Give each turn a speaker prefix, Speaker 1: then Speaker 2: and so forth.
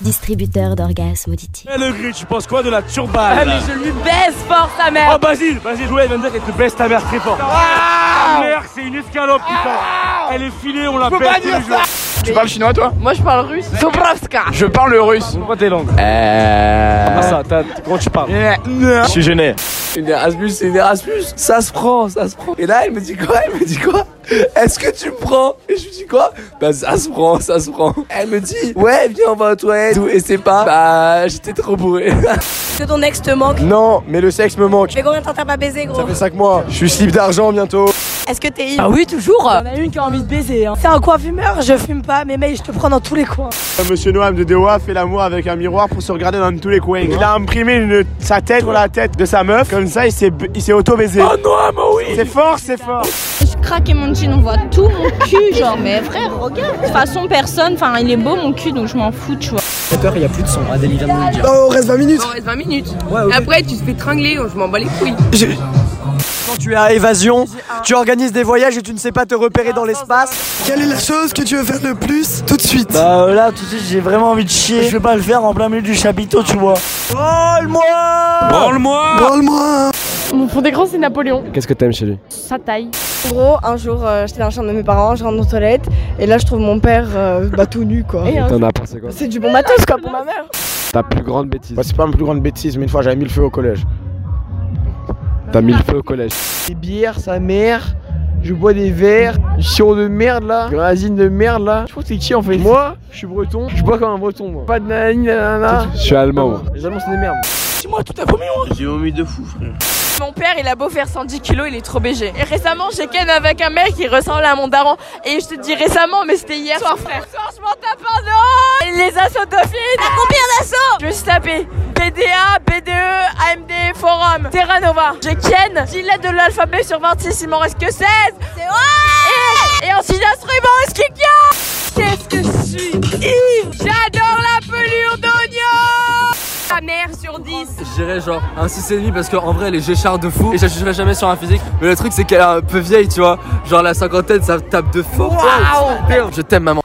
Speaker 1: Distributeur d'orgasmes auditifs.
Speaker 2: Eh, le gris, tu penses quoi de la turbale
Speaker 3: Ah, mais je lui baisse fort sa mère
Speaker 2: Oh, Basile Basile, ouais, elle vient de dire qu'elle te baisse ta mère très
Speaker 4: Ah,
Speaker 2: fort. Ta mère, c'est une escalope, putain Elle est filée, on l'appelle tous les jours.
Speaker 5: Tu parles chinois toi
Speaker 3: Moi je parle russe. Dobrovska
Speaker 5: Je parle le russe.
Speaker 2: Pourquoi tes langues
Speaker 5: Euh...
Speaker 2: Ah, ça, t'as- comment tu parles
Speaker 5: Je suis gêné.
Speaker 6: Une Erasmus, c'est une Erasmus. Ça se prend, ça se prend. Et là, elle me dit quoi Elle me dit quoi Est-ce que tu me prends Et je lui dis quoi Bah, ça se prend, ça se prend. Elle me dit, ouais, viens, on va aux toilettes. Et c'est pas, bah, j'étais trop bourré.
Speaker 7: Est-ce que ton ex te manque
Speaker 5: Non, mais le sexe me manque.
Speaker 7: Mais combien de temps t'as pas baisé,
Speaker 5: Ça
Speaker 7: gros Bah
Speaker 5: fait 5 mois. Je suis slip d'argent bientôt.
Speaker 7: Est-ce que t'es
Speaker 3: Ah oui toujours
Speaker 8: Il y en a une qui a envie de baiser. Hein.
Speaker 7: C'est un coin fumeur, je fume pas, mais mec, je te prends dans tous les coins.
Speaker 9: Monsieur Noam de Dewa fait l'amour avec un miroir pour se regarder dans tous les coins. Il a imprimé une- sa tête sur la tête de sa meuf, comme ça il s'est b- il s'est auto-baisé.
Speaker 6: Oh non, ah, bah oui
Speaker 9: C'est fort, c'est fort.
Speaker 10: Je craque et mon jean, on voit tout mon cul, genre, mais frère, regarde. De toute façon, personne, enfin, il est beau mon cul, donc je m'en fous, tu vois.
Speaker 6: Oh, reste 20 minutes.
Speaker 3: Il reste 20 minutes. Après tu te fais tringler, je m'en bats les couilles.
Speaker 4: Quand tu es à évasion, tu organises des voyages et tu ne sais pas te repérer dans l'espace.
Speaker 6: Quelle est la chose que tu veux faire le plus tout de suite
Speaker 4: Bah euh, là, tout de suite, j'ai vraiment envie de chier. Je vais pas le faire en plein milieu du chapiteau, tu vois. Vole-moi
Speaker 2: Parle-moi
Speaker 6: Parle-moi
Speaker 8: Mon fond d'écran, c'est Napoléon.
Speaker 5: Qu'est-ce que t'aimes chez lui
Speaker 8: Sa taille.
Speaker 7: En gros, un jour, euh, j'étais dans la chambre de mes parents, je rentre aux toilettes, et là, je trouve mon père euh, bah, tout nu, quoi.
Speaker 8: Et hein. un-
Speaker 5: as pensé quoi
Speaker 7: C'est du bon matos, quoi, pour ma mère.
Speaker 5: Ta plus grande bêtise.
Speaker 9: Bah, c'est pas ma plus grande bêtise, mais une fois j'avais mis le feu au collège.
Speaker 5: T'as mis le feu au collège.
Speaker 9: Des bières, sa mère, je bois des verres, du sirop de merde là, de résine de merde là. Je trouve que c'est qui en fait Moi, je suis breton, je bois comme un breton moi. Pas de nanani nanana.
Speaker 5: Je suis allemand. moi.
Speaker 9: Les Allemands c'est des merdes.
Speaker 3: Mon père, il a beau faire 110 kilos, il est trop BG. Et récemment, j'ai ken avec un mec qui ressemble à mon daron. Et je te dis récemment, mais c'était hier soir, frère. Soir, je m'en tape un an Et les assauts dauphines À combien d'assauts Je me suis tapé BDA, BDE, AMD, Forum, Terra Nova. J'ai ken 10 lettres de l'alphabet sur 26, il m'en reste que 16 C'est ouais Et, et ensuite, instrument, est-ce qu'il y a Qu'est-ce que je suis ivre J'adore la pelure d'oignon Ta mère sur 10
Speaker 6: Je dirais genre un 6,5 parce qu'en vrai elle est gécharde de fou et j'ajusterai jamais sur un physique. Mais le truc c'est qu'elle est un peu vieille, tu vois. Genre la cinquantaine ça tape de fort.
Speaker 3: Waouh
Speaker 6: Je t'aime maman.